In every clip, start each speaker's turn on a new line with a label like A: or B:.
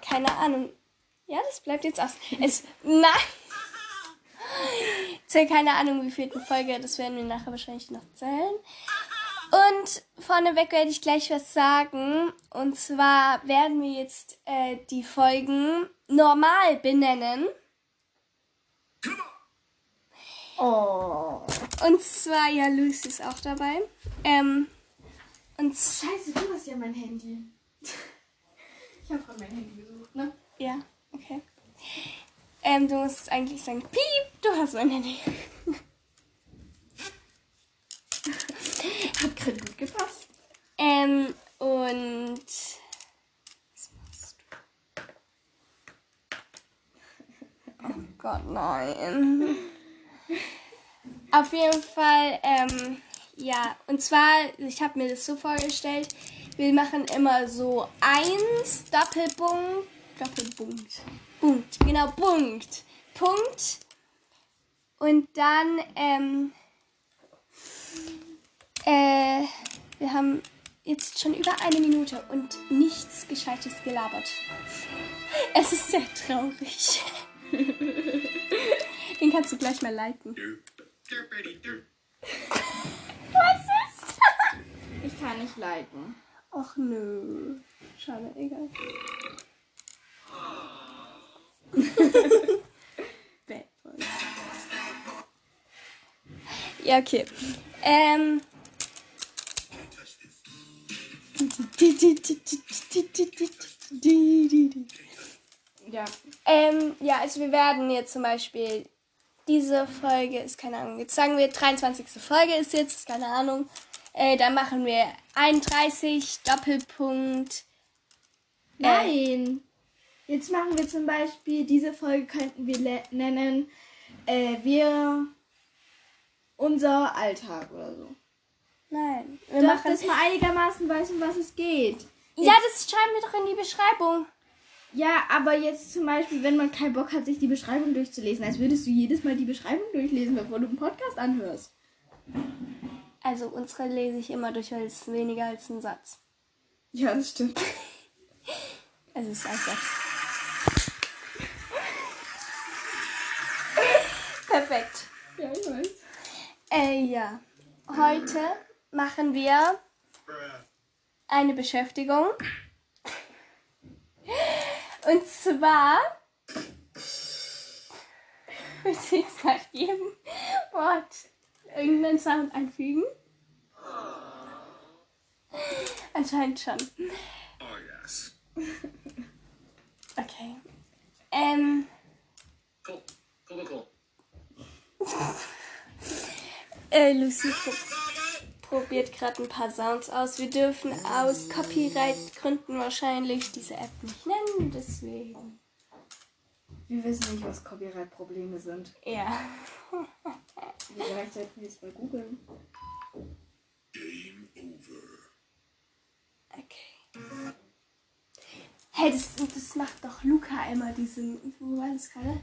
A: Keine Ahnung. Ja, das bleibt jetzt aus. Es, nein! Zähl keine Ahnung, wie viel Folge, das werden wir nachher wahrscheinlich noch zählen. Und vorneweg werde ich gleich was sagen. Und zwar werden wir jetzt äh, die Folgen normal benennen.
B: Oh.
A: Und zwar, ja, Luis ist auch dabei. Ähm, und z-
B: Scheiße, du hast ja mein Handy. Ich habe gerade mein Handy gesucht, ne?
A: ja, okay. Ähm, du musst eigentlich sagen, piep, du hast mein Handy.
B: Hat gerade gut gepasst.
A: Ähm, und was machst du? Oh Gott, nein. Auf jeden Fall, ähm, ja, und zwar, ich habe mir das so vorgestellt, wir machen immer so eins, Doppelpunkt, Doppelpunkt, Punkt, genau, Punkt, Punkt. Und dann, ähm, äh, wir haben jetzt schon über eine Minute und nichts Gescheites gelabert. Es ist sehr traurig. Den kannst du gleich mal liken. Was ist
B: Ich kann nicht liken.
A: Och nö. Schade, egal. Bad Boy. Ja, okay. Ähm.
B: Ja.
A: Ähm, ja, also wir werden jetzt zum Beispiel diese Folge ist, keine Ahnung, jetzt sagen wir 23. Folge ist jetzt, keine Ahnung. Äh, dann machen wir 31 Doppelpunkt. Äh,
B: Nein. Jetzt machen wir zum Beispiel, diese Folge könnten wir le- nennen, äh, wir, unser Alltag oder so.
A: Nein. Wir
B: Wir Doch,
A: machen
B: dass man einigermaßen weiß, um was es geht.
A: Ja, das schreiben wir doch in die Beschreibung.
B: Ja, aber jetzt zum Beispiel, wenn man keinen Bock hat, sich die Beschreibung durchzulesen, als würdest du jedes Mal die Beschreibung durchlesen, bevor du einen Podcast anhörst.
A: Also unsere lese ich immer durch, weil es weniger als ein Satz.
B: Ja, das stimmt.
A: Also es ist ein Satz. Perfekt.
B: Ja, ich weiß.
A: Äh, ja. Heute machen wir eine Beschäftigung. Und zwar. Willst du jetzt nach jedem Wort irgendeinen Sound einfügen? Anscheinend schon.
C: Oh, yes.
A: Okay. Ähm,
C: Cool. Cool, cool, cool.
A: äh, Lucy pro probiert gerade ein paar Sounds aus. Wir dürfen aus Copyright-Gründen wahrscheinlich diese App nicht nennen, deswegen.
B: Wir wissen nicht, was Copyright-Probleme sind.
A: Ja.
B: Wie gesagt, sollten wir es mal googeln.
C: Game over.
A: Okay. Hey, das, das macht doch Luca immer diesen. Wo war das gerade?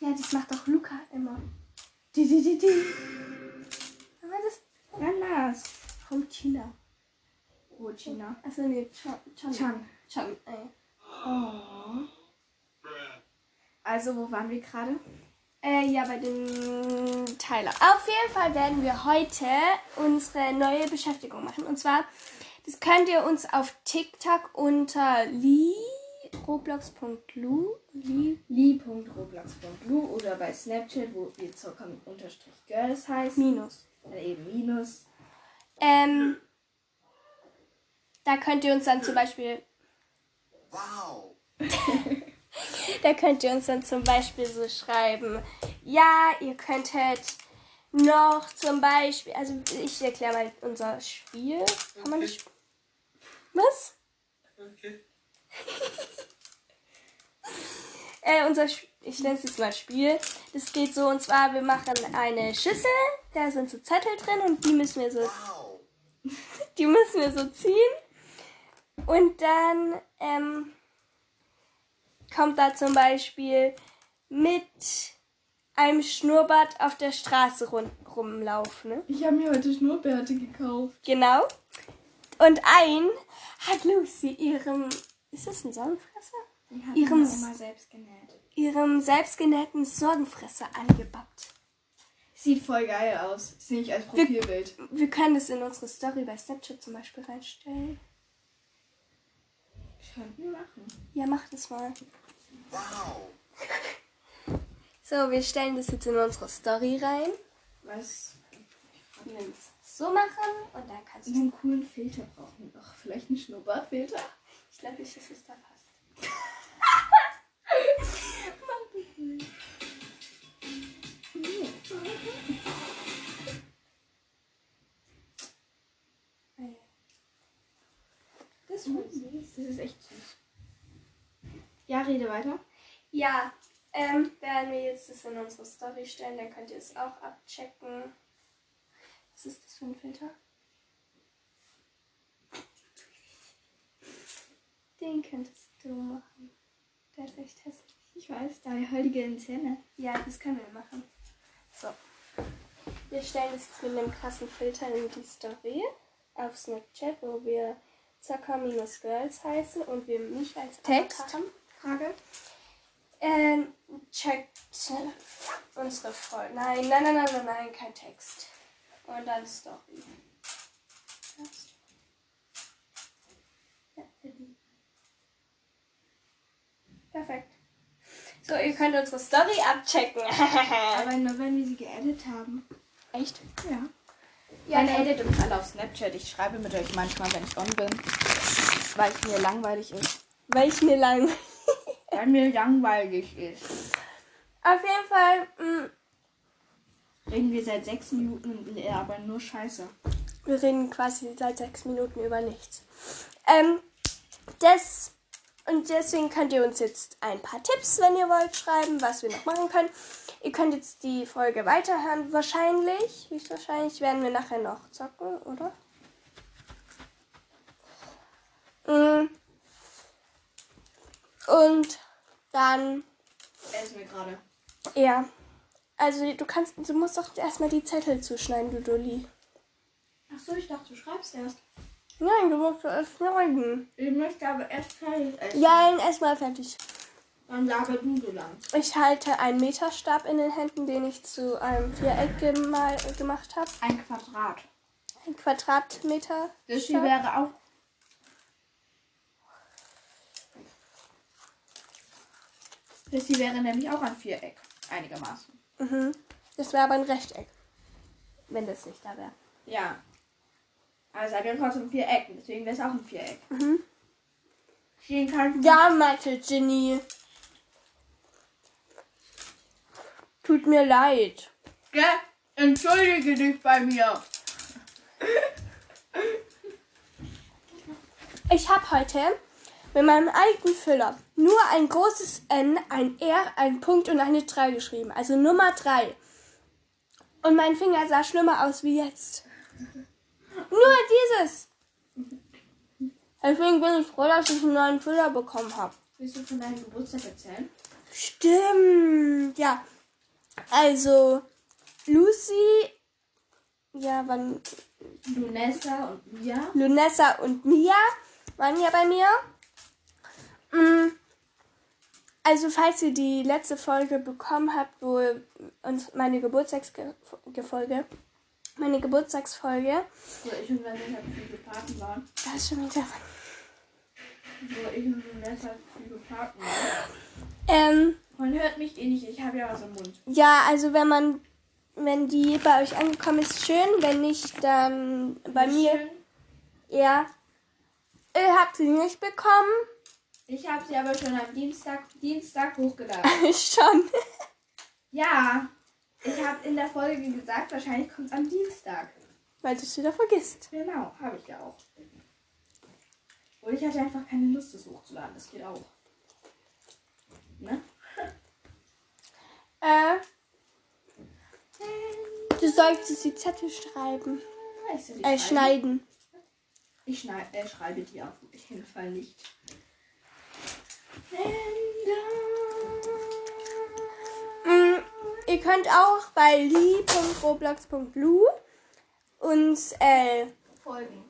A: Ja, das macht doch Luca immer. Di, di, di, di. Aber das
B: Ananas.
A: kommt China.
B: Oh, China.
A: Achso, nee, Chan. Chan.
B: Chan.
A: Chan, ey.
B: Oh. Also, wo waren wir gerade?
A: Äh, ja, bei dem Tyler. Auf jeden Fall werden wir heute unsere neue Beschäftigung machen. Und zwar, das könnt ihr uns auf TikTok unter li roblox.lu li
B: Lee.roblox.blue oder bei Snapchat, wo wir zocker-girls heißen.
A: minus.
B: Dann eben Minus.
A: Ähm, da könnt ihr uns dann zum Beispiel,
C: Wow.
A: da könnt ihr uns dann zum Beispiel so schreiben, ja, ihr könntet noch zum Beispiel, also ich erkläre mal unser Spiel. Kann man das sp- Was?
C: Okay.
A: Äh, unser Sch- ich nenne es jetzt mal Spiel. Das geht so und zwar, wir machen eine Schüssel, da sind so Zettel drin und die müssen wir so,
C: Wow.
A: die müssen wir so ziehen. Und dann ähm, kommt da zum Beispiel mit einem Schnurrbart auf der Straße run rumlaufen. Ne?
B: Ich habe mir heute Schnurrbärte gekauft.
A: Genau. Und ein hat Lucy ihrem Ist das ein Sorgenfresser?
B: Den hat
A: Ihrem-
B: man immer selbst genäht.
A: Ihrem selbstgenähten Sorgenfresser angebappt.
B: Sieht voll geil aus. Ist nicht als
A: Wir-
B: Profilbild.
A: Wir können das in unsere Story bei Snapchat zum Beispiel reinstellen.
B: Könnten wir machen.
A: Ja, mach das mal.
C: Wow.
A: So, wir stellen das jetzt in unsere Story rein.
B: Was?
A: So machen und dann kannst du.
B: Einen coolen Filter brauchen wir noch. Vielleicht einen Schnurrbartfilter?
A: Ich glaube nicht, dass es da passt. Ah,
B: Das ist Das ist echt süß. Ja, rede weiter.
A: Ja, ähm, werden wir jetzt das in unsere Story stellen, dann könnt ihr es auch abchecken. Was ist das für ein Filter? Den könntest du machen. Der ist echt hässlich.
B: Ich weiß, deine heutigen Zähne.
A: Ja, das können wir machen. So. Wir stellen das jetzt mit einem krassen Filter in die Story auf Snapchat, wo wir Zucker-Girls heißen und wir mich als
B: Text?
A: Avatar haben.
B: Frage?
A: Ähm, checkt unsere Folge. Nein, nein, nein, nein, nein, nein, kein Text. Und dann Story. Ja, Eddie. Perfekt. So, ihr könnt unsere Story abchecken.
B: Aber nur wenn wir sie geedit haben.
D: Echt?
B: Ja.
A: ja,
D: Meine
A: dann-
D: edit uns alle auf Snapchat. Ich schreibe mit euch manchmal, wenn ich on bin. Weil es mir langweilig ist.
A: weil ich mir lang.
D: Weil mir langweilig ist.
A: Auf jeden Fall, mm, mh,
B: Reden wir seit sechs Minuten und labern nur Scheiße.
A: wir reden quasi seit sechs Minuten über nichts. Ähm, das und deswegen könnt ihr uns jetzt ein paar Tipps, wenn ihr wollt, schreiben, was wir noch machen können. Ihr könnt jetzt die Folge weiterhören. Wahrscheinlich, höchstwahrscheinlich werden wir nachher noch zocken, oder? Mm. Und dann
B: Essen wir gerade.
A: Ja. Also du kannst, du musst doch erstmal die Zettel zuschneiden, du Dulli.
B: Ach so, ich dachte, du schreibst erst.
A: Nein, du musst erst schneiden.
B: Ich möchte aber erst fertig essen.
A: Ja, dann erstmal fertig.
B: Dann laber du so lang.
A: Ich halte einen Meterstab in den Händen, den ich zu einem Viereck gemal, gemacht habe.
B: Ein Quadrat.
A: Ein Quadratmeter.
D: Das hier wäre auch. Das hier wäre nämlich auch ein Viereck. Einigermaßen.
A: Mhm. Das wäre aber ein Rechteck. Wenn das nicht da wäre.
D: Ja. Aber es hat ja trotzdem vier Ecken. Deswegen wäre es auch ein Viereck.
A: Mhm.
D: Stehen kann.
A: Ja, Mathe Genie. Tut mir leid.
D: Gell? Entschuldige dich bei mir.
A: Ich habe heute mit meinem alten Füller nur ein großes N, ein R, ein Punkt und eine 3 geschrieben. Also Nummer 3. Und mein Finger sah schlimmer aus wie jetzt. Nur dieses. Deswegen bin ich froh, dass ich einen neuen Füller bekommen habe.
B: Willst du von deinem Geburtstag erzählen?
A: Stimmt, ja. Also, Lucy, ja, wann,
B: Lunessa und Mia.
A: Lunessa und Mia waren ja bei mir. Mm, Also, falls ihr die letzte Folge bekommen habt, wo uns meine Geburtstagsfolge, meine Geburtstagsfolge,
B: Wo ich und Vanessa viel geparten waren.
A: da ist schon wieder.
B: Wo ich und Lunessa viel geparten waren.
A: Ähm,
B: Man hört mich eh nicht, ich habe ja was im Mund.
A: ja, also, wenn man, wenn die bei euch angekommen ist, schön. Wenn nicht, dann bei mir, ja. Ihr habt sie nicht bekommen.
B: Ich habe sie aber schon am Dienstag, Dienstag hochgeladen.
A: schon.
B: ja, ich habe in der Folge gesagt, wahrscheinlich kommt am Dienstag.
A: Weil du es wieder vergisst.
B: Genau, habe ich ja auch. Und ich hatte einfach keine Lust, das hochzuladen. Das geht auch. Ne?
A: Äh, du solltest die Zettel schreiben.
B: Ich, soll die
A: Äh, schneiden.
B: Ich schneid, äh, schreibe die auf jeden Fall nicht. Ende.
A: Mm, ihr könnt auch bei li.roblox.lu uns äh,
B: Folgen.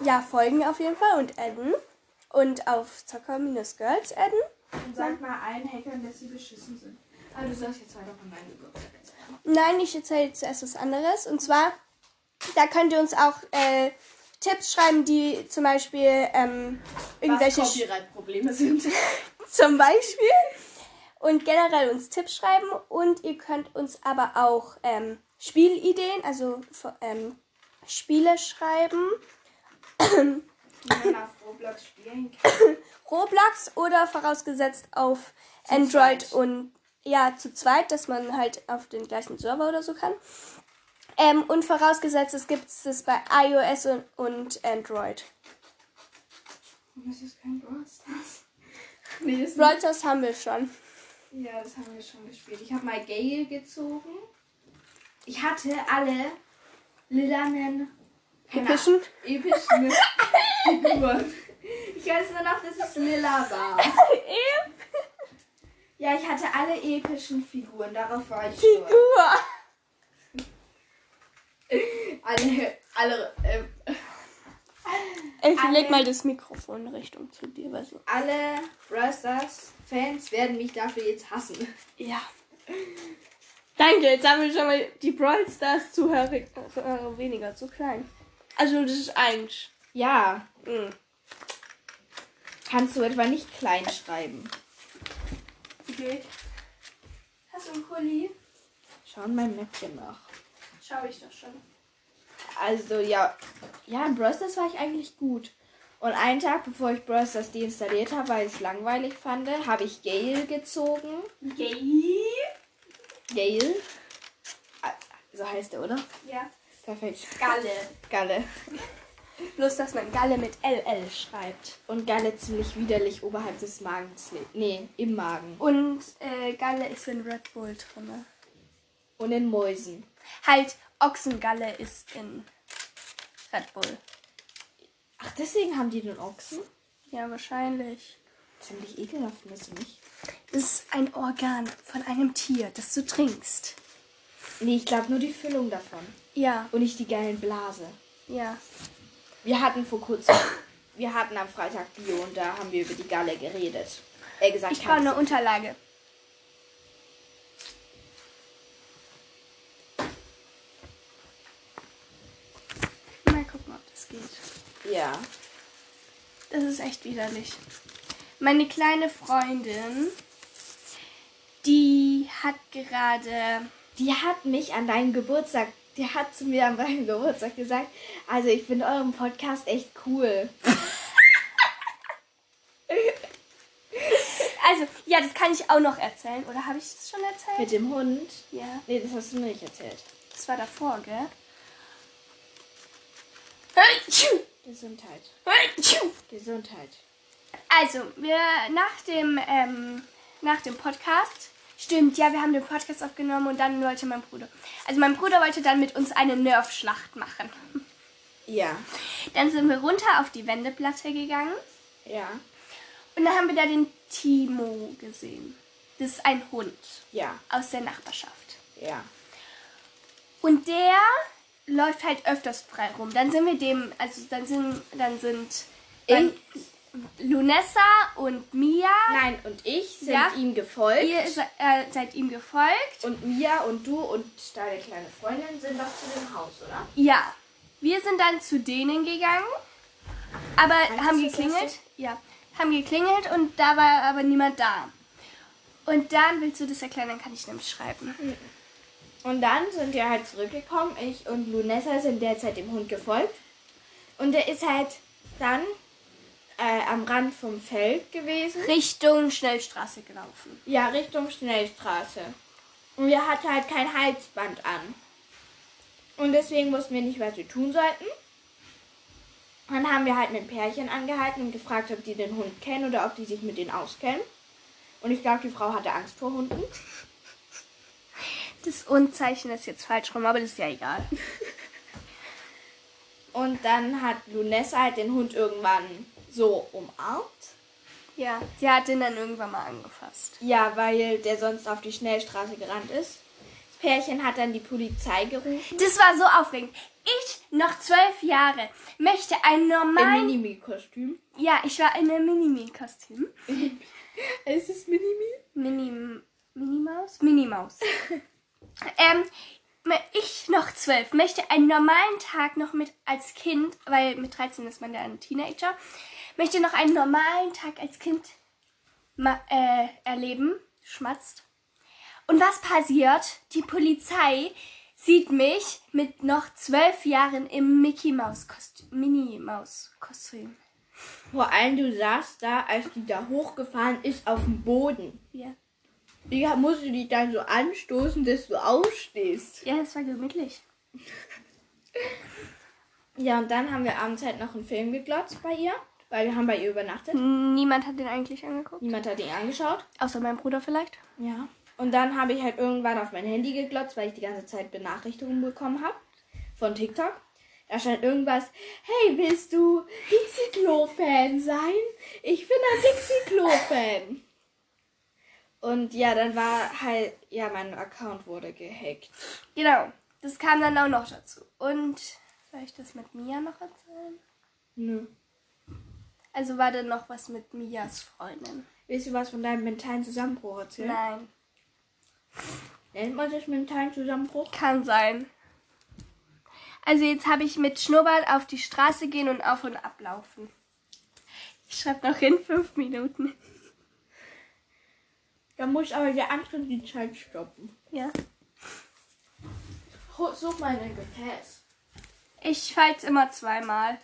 A: ja, folgen auf jeden Fall und adden. und auf Zocker-Girls adden.
E: Und sag mal allen Hackern, dass sie beschissen sind.
B: Ah,
E: Aber du sollst jetzt weiter von meinem Geburtstag erzählen.
A: Nein, ich erzähle zuerst was anderes. Und zwar, da könnt ihr uns auch äh, Tipps schreiben, die zum Beispiel ähm, irgendwelche...
B: Was Copyright-Probleme sind.
A: zum Beispiel. Und generell uns Tipps schreiben. Und ihr könnt uns aber auch ähm, Spielideen, also ähm, Spiele schreiben.
E: Wie man auf Roblox spielen kann.
A: Roblox oder vorausgesetzt auf Android
B: zweit.
A: und ja, zu zweit, dass man halt auf den gleichen Server oder so kann. Ähm, und vorausgesetzt, es gibt es bei iOS und, und Android.
E: Warum ist jetzt kein Brawl Stars? Nee,
B: Mhm.
E: das
A: Brawl Stars haben wir schon.
E: Ja, das haben wir schon gespielt. Ich habe mal Gale gezogen. Ich hatte alle lilanen keine
B: Genau.
A: Epischen?
E: Ahnung, epischen Figuren. Ich weiß nur noch, dass es lila war. Ja, ich hatte alle epischen Figuren. Darauf war ich stolz.
A: Figur.
E: Alle, alle, äh,
B: ähm,
A: Ich leg mal das Mikrofon Richtung zu dir, weil so.
E: alle Brawl Stars Fans werden mich dafür jetzt hassen.
A: Ja. Danke, jetzt haben wir schon mal die Brawl Stars Zuhörer äh, weniger, zu klein. Also, das ist eins.
B: ja,
A: Mhm.
B: kannst du etwa nicht klein schreiben.
E: Okay. Hast du einen Kuli?
B: Schau in meinem Mäppchen nach.
E: Schau ich doch schon.
B: Also ja, ja, in Brawl Stars war ich eigentlich gut. Und einen Tag, bevor ich Brawl Stars deinstalliert habe, weil ich es langweilig fand, habe ich Gale gezogen.
E: Gale?
B: Gale? Ah, So heißt er, oder?
E: Ja.
B: Perfekt.
E: Galle.
B: Galle.
A: Bloß, dass man Galle mit LL schreibt.
B: Und Galle ziemlich widerlich oberhalb des Magens. liegt. Nee, im Magen.
A: Und äh, Galle ist in Red Bull drin.
B: Und in Mäusen.
A: Halt, Ochsengalle ist in Red Bull.
B: Ach, deswegen haben die den Ochsen?
A: Ja, wahrscheinlich.
B: Ziemlich ekelhaft, findest du nicht?
A: Das ist ein Organ von einem Tier, das du trinkst.
B: Nee, ich glaube nur die Füllung davon.
A: Ja,
B: Und nicht die geilen Blase.
A: ja.
B: Wir hatten vor kurzem, wir hatten am Freitag Bio und da haben wir über die Galle geredet. Er gesagt,
A: Ich brauche eine
B: kannst
A: Unterlage. Mal gucken, ob das geht.
B: du- Ja.
A: Das ist echt widerlich. Meine kleine Freundin, die hat gerade
B: Die hat mich an deinem Geburtstag, die hat zu mir an deinem Geburtstag gesagt, also ich finde euren Podcast echt cool.
A: Also, ja, das kann ich auch noch erzählen. Oder habe ich das schon erzählt?
B: Mit dem Hund.
A: Ja,
B: Nee, das hast du mir nicht erzählt.
A: das war davor, gell?
B: Gesundheit. Gesundheit.
A: Also, wir nach dem, ähm, nach dem Podcast. Stimmt, ja, wir haben den Podcast aufgenommen und dann wollte mein Bruder. Also mein Bruder wollte dann mit uns eine Nerf-Schlacht machen.
B: Ja.
A: Dann sind wir runter auf die Wendeplatte gegangen
B: Ja.
A: und dann haben wir da den Timo gesehen. Das ist ein Hund
B: Ja.
A: aus der Nachbarschaft.
B: Ja.
A: Und der läuft halt öfters frei rum. Dann sind wir dem, also dann sind, dann sind
B: Ich-
A: Lunessa und Mia.
B: Nein, und ich sind
A: Ja.
B: ihm gefolgt.
A: Ihr se äh, seid ihm gefolgt.
B: und Mia und du und deine kleine Freundin sind doch zu dem Haus, oder?
A: Ja. Wir sind dann zu denen gegangen, aber
B: das
A: haben
B: das
A: geklingelt.
B: Erste?
A: Ja, haben geklingelt und da war aber niemand da. Und dann willst du das erklären, dann kann ich nämlich schreiben.
B: Und dann sind wir halt zurückgekommen. Ich und Lunessa sind derzeit dem Hund gefolgt. Und der ist halt dann äh, am Rand vom Feld gewesen.
A: Richtung Schnellstraße gelaufen.
B: Ja, Richtung Schnellstraße. Und wir hatten halt kein Halsband an. Und deswegen wussten wir nicht, was wir tun sollten. Dann haben wir halt mit Pärchen angehalten und gefragt, ob die den Hund kennen oder ob die sich mit denen auskennen. Und ich glaube, die Frau hatte Angst vor Hunden.
A: Das Unzeichen ist jetzt falsch rum, aber das ist ja egal.
B: Und dann hat Lunessa halt den Hund irgendwann so umarmt.
A: Ja, sie hat ihn dann irgendwann mal angefasst.
B: Ja, weil der sonst auf die Schnellstraße gerannt ist. Das Pärchen hat dann die Polizei gerufen.
A: Das war so aufregend. Ich noch zwölf Jahre, möchte ein
B: Im
A: normalen.
B: Minimi-Kostüm.
A: Ja, ich war in einem Minimi-Kostüm.
B: Ist es Minimi?
A: Mini, Minimaus? Minimaus. ähm, me- ich noch zwölf möchte einen normalen Tag noch mit als Kind, weil mit 13 ist man ja ein Teenager, möchte noch einen normalen Tag als Kind ma- äh, erleben. Schmatzt. Und was passiert? Die Polizei sieht mich mit noch zwölf Jahren im Mickey Maus Kostüm, Minnie Maus Kostüm.
B: Vor allem, du saßt da, als die da hochgefahren ist, auf dem Boden.
A: Ja.
B: Wie musst du dich dann so anstoßen, dass du aufstehst?
A: Ja, das war gemütlich.
B: Ja, und dann haben wir abends halt noch einen Film geglotzt bei ihr, weil wir haben bei ihr übernachtet.
A: Niemand hat den eigentlich angeguckt.
B: Niemand hat ihn angeschaut.
A: Außer mein Bruder vielleicht.
B: Ja. Und dann habe ich halt irgendwann auf mein Handy geglotzt, weil ich die ganze Zeit Benachrichtigungen bekommen habe von TikTok. Da stand irgendwas, hey, willst du Dixie-Klo-Fan sein? Ich bin ein Dixie-Klo-Fan. Und ja, dann war halt, ja, mein Account wurde gehackt.
A: Genau, das kam dann auch noch dazu. Und soll ich das mit Mia noch erzählen?
B: Nö.
A: Also war dann noch was mit Mias Freundin.
B: Willst du was von deinem mentalen Zusammenbruch erzählen?
A: Nein.
B: Nennt man das mentalen Zusammenbruch?
A: Kann sein. Also jetzt habe ich mit Schnurrbart auf die Straße gehen und auf und ablaufen. Ich schreibe noch in fünf Minuten.
B: Dann muss aber der andere die Zeit stoppen.
A: Ja.
B: Ho- Such mal ein Gefäß.
A: Ich falls immer zweimal.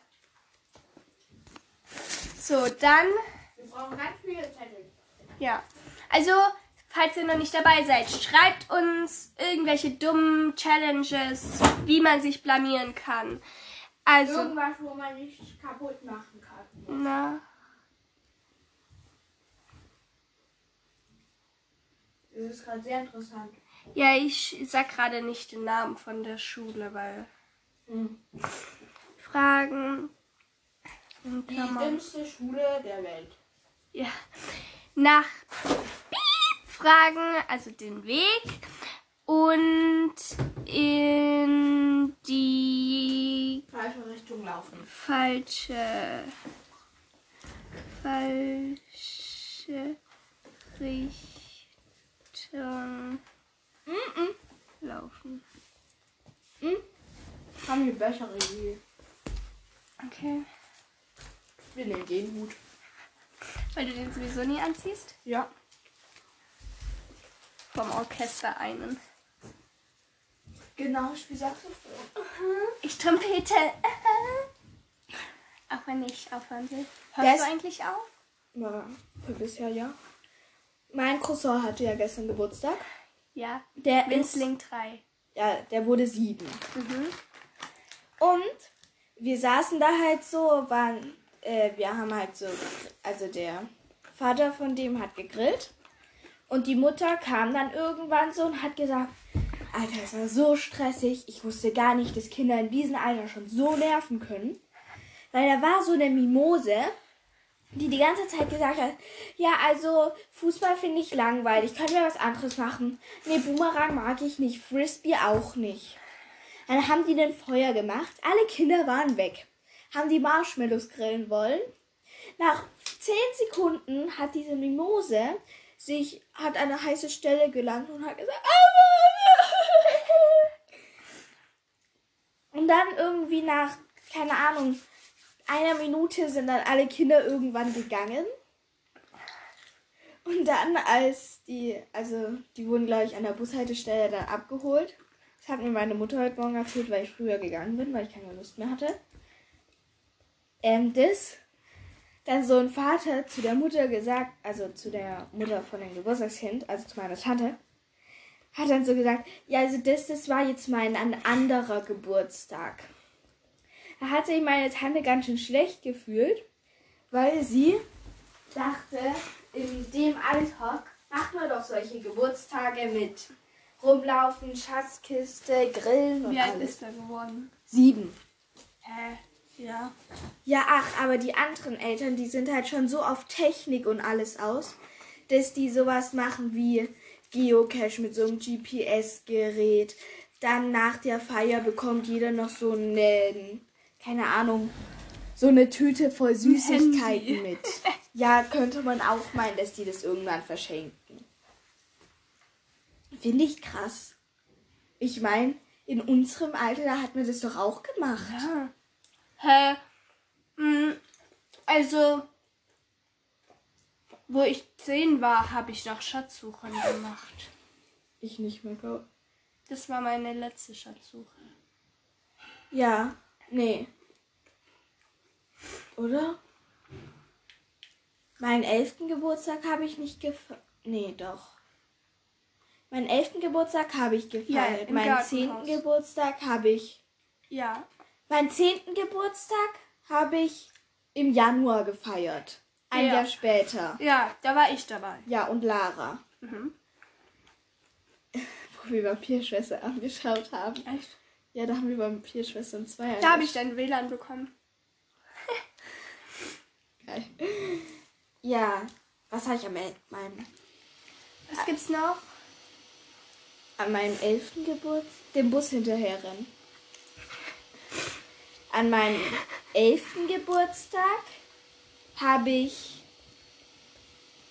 A: So, dann
B: Wir brauchen ganz viele Zettel.
A: Ja. Also, falls ihr noch nicht dabei seid, schreibt uns irgendwelche dummen Challenges, wie man sich blamieren kann. Also,
B: Irgendwas, wo man nicht kaputt machen kann.
A: na,
B: Das ist gerade sehr interessant.
A: ja, ich sag gerade nicht den Namen von der Schule, weil
B: Mhm.
A: Fragen. Und
B: Die
A: Klammern.
B: dümmste Schule der Welt.
A: Ja. Nach Piep Fragen, also den Weg. Und in die
B: Falsche Richtung laufen.
A: falsche falsche Richtung
B: Mhm.
A: laufen.
B: Haben wir bessere Idee.
A: Okay.
B: Wir nehmen den Hut.
A: Weil du den sowieso nie anziehst?
B: Ja.
A: Vom Orchester einen.
B: Genau, ich spiele Saxophon.
A: Ich trompete. Auch wenn ich aufhören will. Hörst
B: Das-
A: du eigentlich auf?
B: Ja, für bisher ja. Mein Cousin hatte ja gestern Geburtstag.
A: Ja.
B: Der
A: Winzling 3.
B: Ja, der wurde sieben.
A: Mhm.
B: Und wir saßen da halt so, waren, äh, wir haben halt so, also der Vater von dem hat gegrillt. Und die Mutter kam dann irgendwann so und hat gesagt, Alter, es war so stressig. Ich wusste gar nicht, dass Kinder in diesem Alter schon so nerven können. Weil da war so eine Mimose, die die ganze Zeit gesagt hat, ja, also Fußball finde ich langweilig, können wir was anderes machen. Nee, Boomerang mag ich nicht, Frisbee auch nicht. Dann haben die den Feuer gemacht. Alle Kinder waren weg. Haben die Marshmallows grillen wollen. Nach 10 Sekunden hat diese Mimose sich hat an eine heiße Stelle gelangt und hat gesagt, "Au, Mama!" Und dann irgendwie nach, keine Ahnung, einer Minute sind dann alle Kinder irgendwann gegangen. Und dann, als die, also die wurden, glaube ich, an der Bushaltestelle dann abgeholt. Das hat mir meine Mutter heute Morgen erzählt, weil ich früher gegangen bin, weil ich keine Lust mehr hatte. Ähm, das. Dann so ein Vater zu der Mutter gesagt, also zu der Mutter von dem Geburtstagskind, also zu meiner Tante, hat dann so gesagt, ja, also das, das war jetzt mein ein anderer Geburtstag. Da hat sich meine Tante ganz schön schlecht gefühlt, weil sie dachte, in dem Alter macht man doch solche Geburtstage mit rumlaufen, Schatzkiste, Grillen und
A: Wie alt
B: alles.
A: ist er geworden?
B: Sieben.
A: Äh, ja.
B: Ja, ach, aber die anderen Eltern, die sind halt schon so auf Technik und alles aus, dass die sowas machen wie Geocache mit so einem GPS-Gerät,
E: Dann nach der Feier bekommt jeder noch so einen, keine Ahnung, so eine Tüte voll Süßigkeiten mit. Ja, könnte man auch meinen, dass die das irgendwann verschenken. Finde ich krass. Ich meine, in unserem Alter, da hat man das doch auch gemacht.
A: Hä? Mm, Also, wo ich zehn war, habe ich noch Schatzsuchen gemacht.
E: Ich nicht mehr, glaube
A: Das war meine letzte Schatzsuche.
E: Ja, nee. Oder? Meinen elften Geburtstag habe ich nicht gefeiert. Nee, doch. Meinen elften Geburtstag habe ich gefeiert.
A: im
E: meinen
A: Gartenhaus.
E: zehnten Geburtstag habe ich.
A: Ja.
E: Meinen zehnten Geburtstag habe ich im Januar gefeiert. Ein
A: Ja.
E: Jahr später.
A: Ja, da war ich dabei.
E: Ja, und Lara.
A: Mhm.
E: Wo wir Vampirschwester angeschaut haben.
A: Echt?
E: Ja, da haben wir Vampirschwestern 2
A: Da habe ich dann WLAN bekommen.
E: Geil. Ja, was habe ich am, el- meinem,
A: Was gibt's noch?
E: an meinem elften Geburtstag? Dem Bus hinterherrennen. An meinem elften Geburtstag habe ich...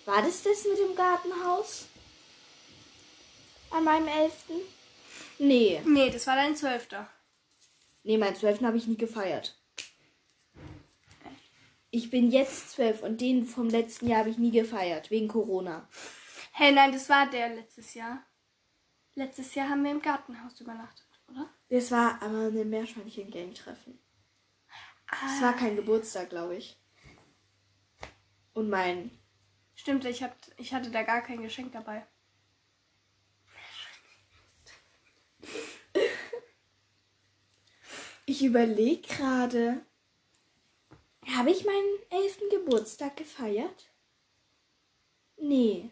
E: War das das mit dem Gartenhaus? An meinem elften? Nee.
A: Nee, das war dein zwölfter.
E: Nee, meinen zwölften habe ich nie gefeiert. Ich bin jetzt zwölf und den vom letzten Jahr habe ich nie gefeiert, wegen Corona.
A: Hey, nein, das war der letztes Jahr. Letztes Jahr haben wir im Gartenhaus übernachtet, oder?
E: Das war aber eine Meerschweinchen-Gang-Treffen. Das war kein Geburtstag, glaube ich. Und mein.
A: Stimmt, ich, hab, ich hatte da gar kein Geschenk dabei.
E: Ich überlege gerade. Habe ich meinen elften Geburtstag gefeiert? Nee.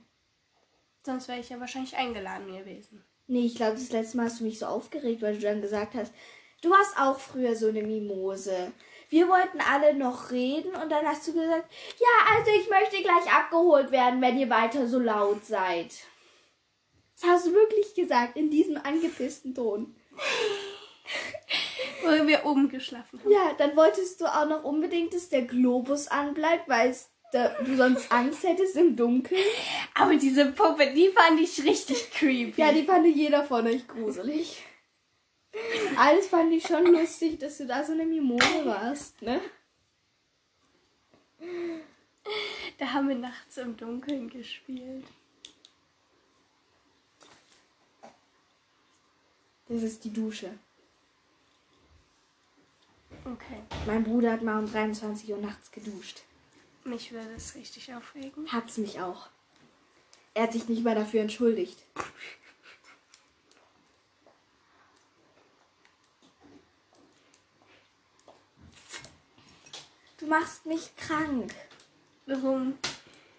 A: Sonst wäre ich ja wahrscheinlich eingeladen gewesen.
E: Nee, ich glaube, das letzte Mal hast du mich so aufgeregt, weil du dann gesagt hast, du warst auch früher so eine Mimose. Wir wollten alle noch reden und dann hast du gesagt, ja, also ich möchte gleich abgeholt werden, wenn ihr weiter so laut seid. Das hast du wirklich gesagt, in diesem angepissten Ton.
A: Wo wir oben geschlafen haben.
E: Ja, dann wolltest du auch noch unbedingt, dass der Globus anbleibt, weil es da, du sonst Angst hättest im Dunkeln.
A: Aber diese Puppe, die fand ich richtig creepy.
E: Ja, die fand jeder von euch gruselig. Alles fand ich schon lustig, dass du da so eine Mimose warst, ne?
A: Da haben wir nachts im Dunkeln gespielt.
E: Das ist die Dusche.
A: Okay.
E: Mein Bruder hat mal um 23 Uhr nachts geduscht.
A: Mich würde es richtig aufregen.
E: Hat's mich auch. Er hat sich nicht mal dafür entschuldigt. Du machst mich krank.
A: Warum?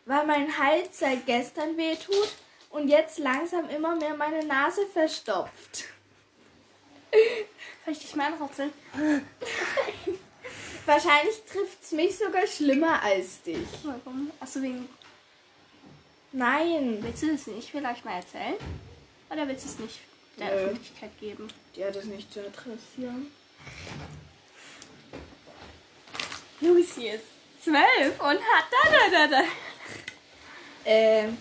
E: weil mein Hals seit gestern wehtut und jetzt langsam immer mehr meine Nase verstopft.
A: Soll ich dich mal anrotzeln?
E: Wahrscheinlich trifft's mich sogar schlimmer als dich.
A: Warum? Achso, wegen.
E: Nein.
A: Willst du das nicht vielleicht mal erzählen? Oder willst du es nicht der
E: Nö.
A: Öffentlichkeit geben?
E: Dir hat es nicht zu interessieren.
A: Lucy ist zwölf und hat da da da da.
E: Ähm,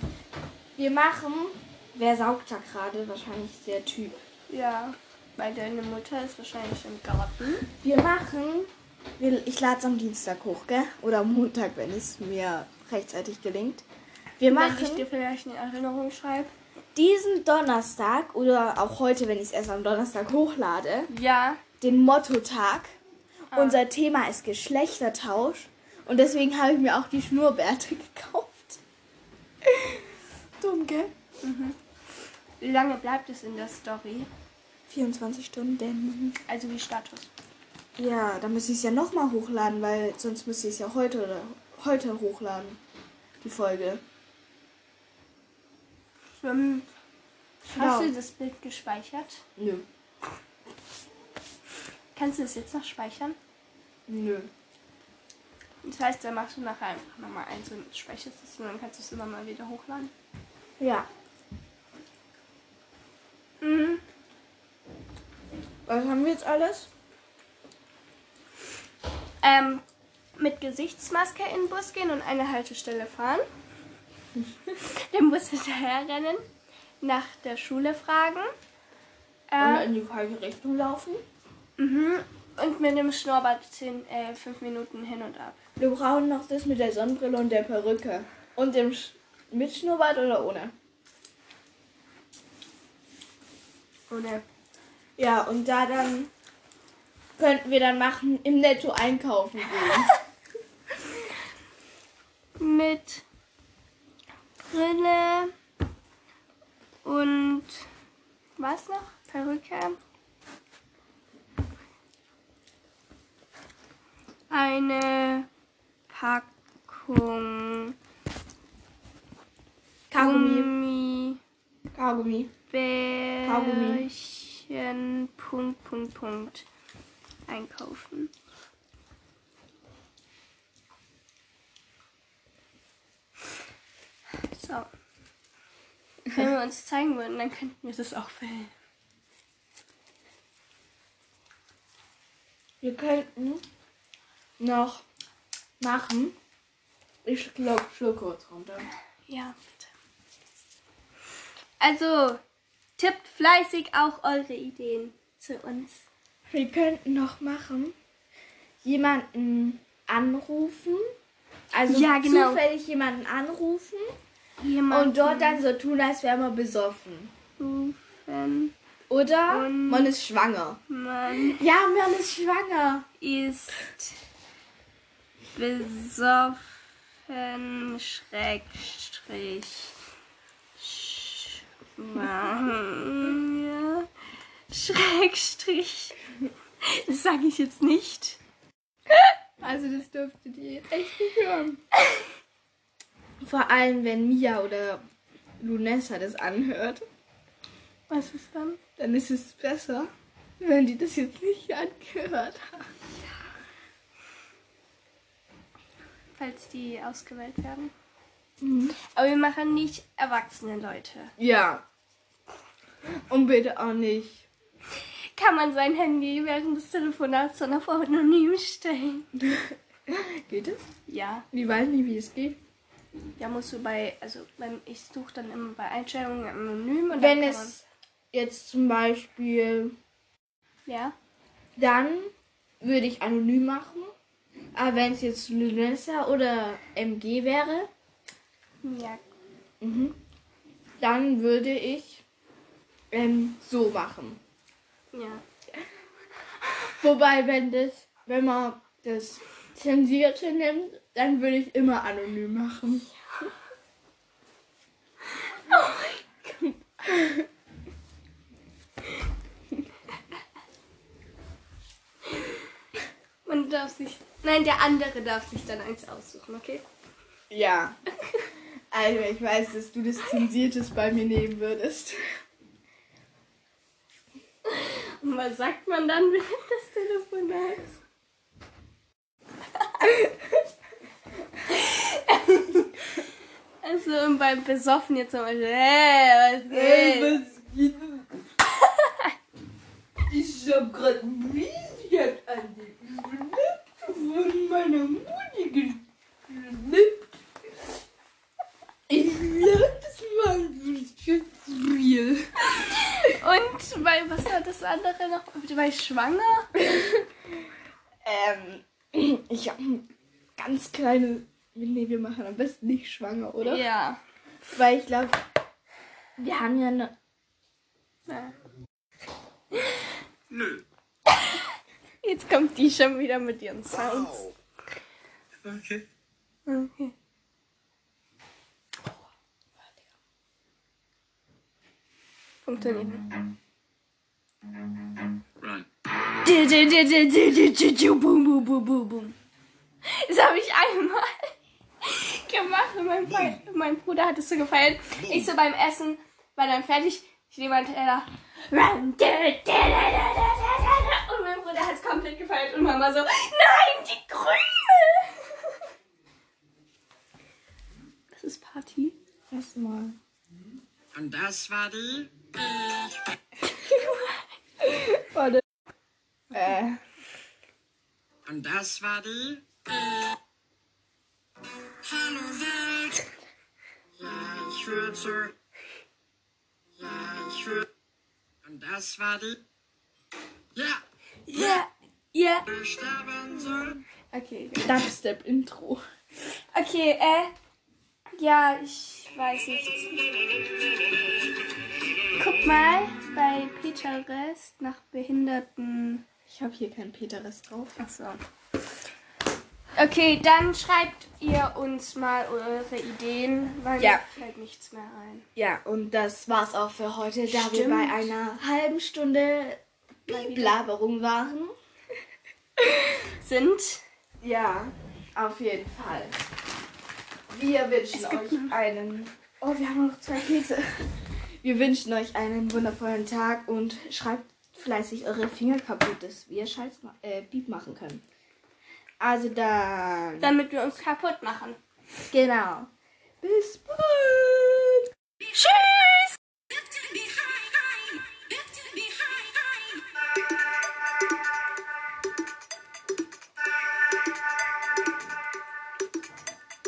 E: wir machen. Wer saugt da gerade? Wahrscheinlich der Typ.
A: Ja, weil deine Mutter ist wahrscheinlich im Garten.
E: Wir machen. Wir, ich lade es am Dienstag hoch, gell? Oder am Montag, wenn es mir rechtzeitig gelingt. Wir
A: Wenn ich
E: machen
A: dir vielleicht eine Erinnerung schreibe.
E: diesen Donnerstag oder auch heute, wenn ich es erst am Donnerstag hochlade,
A: Ja.
E: den Motto-Tag.
A: Ah.
E: Unser Thema ist Geschlechtertausch. Und deswegen habe ich mir auch die Schnurrbärte gekauft. Dumm, gell?
A: Wie lange bleibt es in der Story?
E: 24 Stunden.
A: Also wie Status.
E: Ja, dann müsste ich es ja nochmal hochladen, weil sonst müsste ich es ja heute oder heute hochladen. Die Folge.
A: Schwimmen.
E: Genau.
A: Hast du das Bild gespeichert?
E: Nö.
A: Kannst du es jetzt noch speichern?
E: Nö.
A: Das heißt, dann machst du nachher einfach nochmal eins und speicherst es und dann kannst du es immer mal wieder hochladen.
E: Ja.
A: Mhm.
E: Was haben wir jetzt alles?
A: Ähm, mit Gesichtsmaske in den Bus gehen und eine Haltestelle fahren. Dem Bus hinterherrennen. Nach der Schule fragen.
E: Und
A: Äh,
E: in die falsche Richtung laufen?
A: mhm. und mit dem Schnurrbart zehn, äh, fünf Minuten hin und ab.
E: Wir brauchen noch das mit der Sonnenbrille und der Perücke. Und dem Sch mit Schnurrbart oder ohne?
A: Ohne.
E: Ja, und da dann könnten wir dann machen, im Netto einkaufen gehen.
A: Mit Brille und was noch? Perücke. Eine Packung
E: Kaugummi.
A: Gummi.
E: Kaugummi.
A: Bärchen, Punkt, Punkt, Punkt einkaufen. So. Wenn wir uns zeigen würden, dann könnten wir das auch filmen.
E: Wir könnten noch machen. Ich schluck, schluck kurz runter.
A: Ja, bitte. Also, tippt fleißig auch eure Ideen zu uns.
E: Wir könnten noch machen, jemanden anrufen. Also
A: Ja, genau.
E: zufällig jemanden anrufen
A: Jemanden
E: und dort dann so tun, als wären wir besoffen.
A: rufen,
E: Oder
A: Und-
E: man ist schwanger.
A: man
E: Ja, man ist schwanger.
A: ist besoffen Schrägstrich schwanger Schrägstrich. Das sage ich jetzt nicht.
F: Also das dürftet ihr jetzt echt nicht hören.
E: Vor allem, wenn Mia oder Lunessa das anhört,
A: Was ist dann?
E: dann ist es besser, wenn die das jetzt nicht angehört haben.
A: Falls die ausgewählt werden.
E: Mhm.
A: Aber wir machen nicht erwachsene Leute.
E: Ja. Und bitte auch nicht.
A: Kann man sein Handy während des Telefonats dann auf anonym stellen?
E: Geht es?
A: Ja.
E: Ich weiß nicht, wie es geht.
A: Ja, musst du bei, also beim, ich suche dann immer bei Einstellungen anonym und dann
E: Wenn
A: kann
E: es jetzt zum Beispiel
A: man, ja.
E: dann würde ich anonym machen. Aber wenn es jetzt Lunessa oder MG wäre, mhm,
A: Ja,
E: dann würde ich ähm, so machen.
A: ja.
E: Wobei, wenn das, wenn man das Zensierte nimmt, dann würde ich immer anonym machen.
A: Man darf sich. Nein, der andere darf sich dann eins aussuchen, okay?
E: Ja. Also ich weiß, dass du das Zensiertes bei mir nehmen würdest.
A: Und was sagt man dann während des Telefonats? also und beim Besoffen jetzt zum Beispiel. Hey, was geht?
F: was geht denn? Ich hab grad ein Wiesjat an den Lippen von meiner Mutti geschnippt. Ich glaub, das war ein Schutzspiel.
A: Und bei was war das andere noch? Bei Schwanger?
E: Ähm, ich habe ganz kleine. Nee, wir machen am besten nicht schwanger, oder?
A: Ja.
E: Weil ich glaube, wir haben ja eine.
A: Na,
C: Nö.
A: Jetzt kommt die schon wieder mit ihren Sounds.
C: Wow. Okay.
A: Okay. Funktioniert.
C: Run.
A: Boom, boom, boom, boom, boom. Das habe ich einmal gemacht und mein, Fre- mein Bruder hat es so gefeiert. Ich so beim Essen war dann fertig. Ich nehme meinen Teller. Und mein Bruder hat es komplett gefeiert und Mama so, nein, die Krümel! Das ist Party.
E: Erstmal.
C: Und das war die.
E: Warte. Äh,
C: Und das war die. Hallo Welt! Ja, ich höre zurück. Ja, ich höre. Und das war die. Ja,
A: Ja, ja.
C: wir sterben soll.
A: Okay,
E: Dubstep-Intro.
A: okay, äh, ja, ich weiß nicht. Guck mal bei Peter Rest nach Behinderten.
E: Ich habe hier keinen Peteres drauf.
A: Ach so. Okay, dann schreibt ihr uns mal eure Ideen, weil
E: Ja.
A: mir fällt nichts mehr ein.
E: Ja, und das war's auch für heute, da wir
A: Stimmt.
E: bei einer halben Stunde Blaberung waren.
A: Sind
E: Ja, auf jeden Fall. Wir wünschen euch einen. Oh, wir haben noch zwei Kekse. Wir wünschen euch einen wundervollen Tag und schreibt fleißig eure Finger kaputt, dass wir Scheiß ma- äh, Beep machen können. Also dann.
A: damit wir uns kaputt machen.
E: Genau. Bis bald. Tschüss.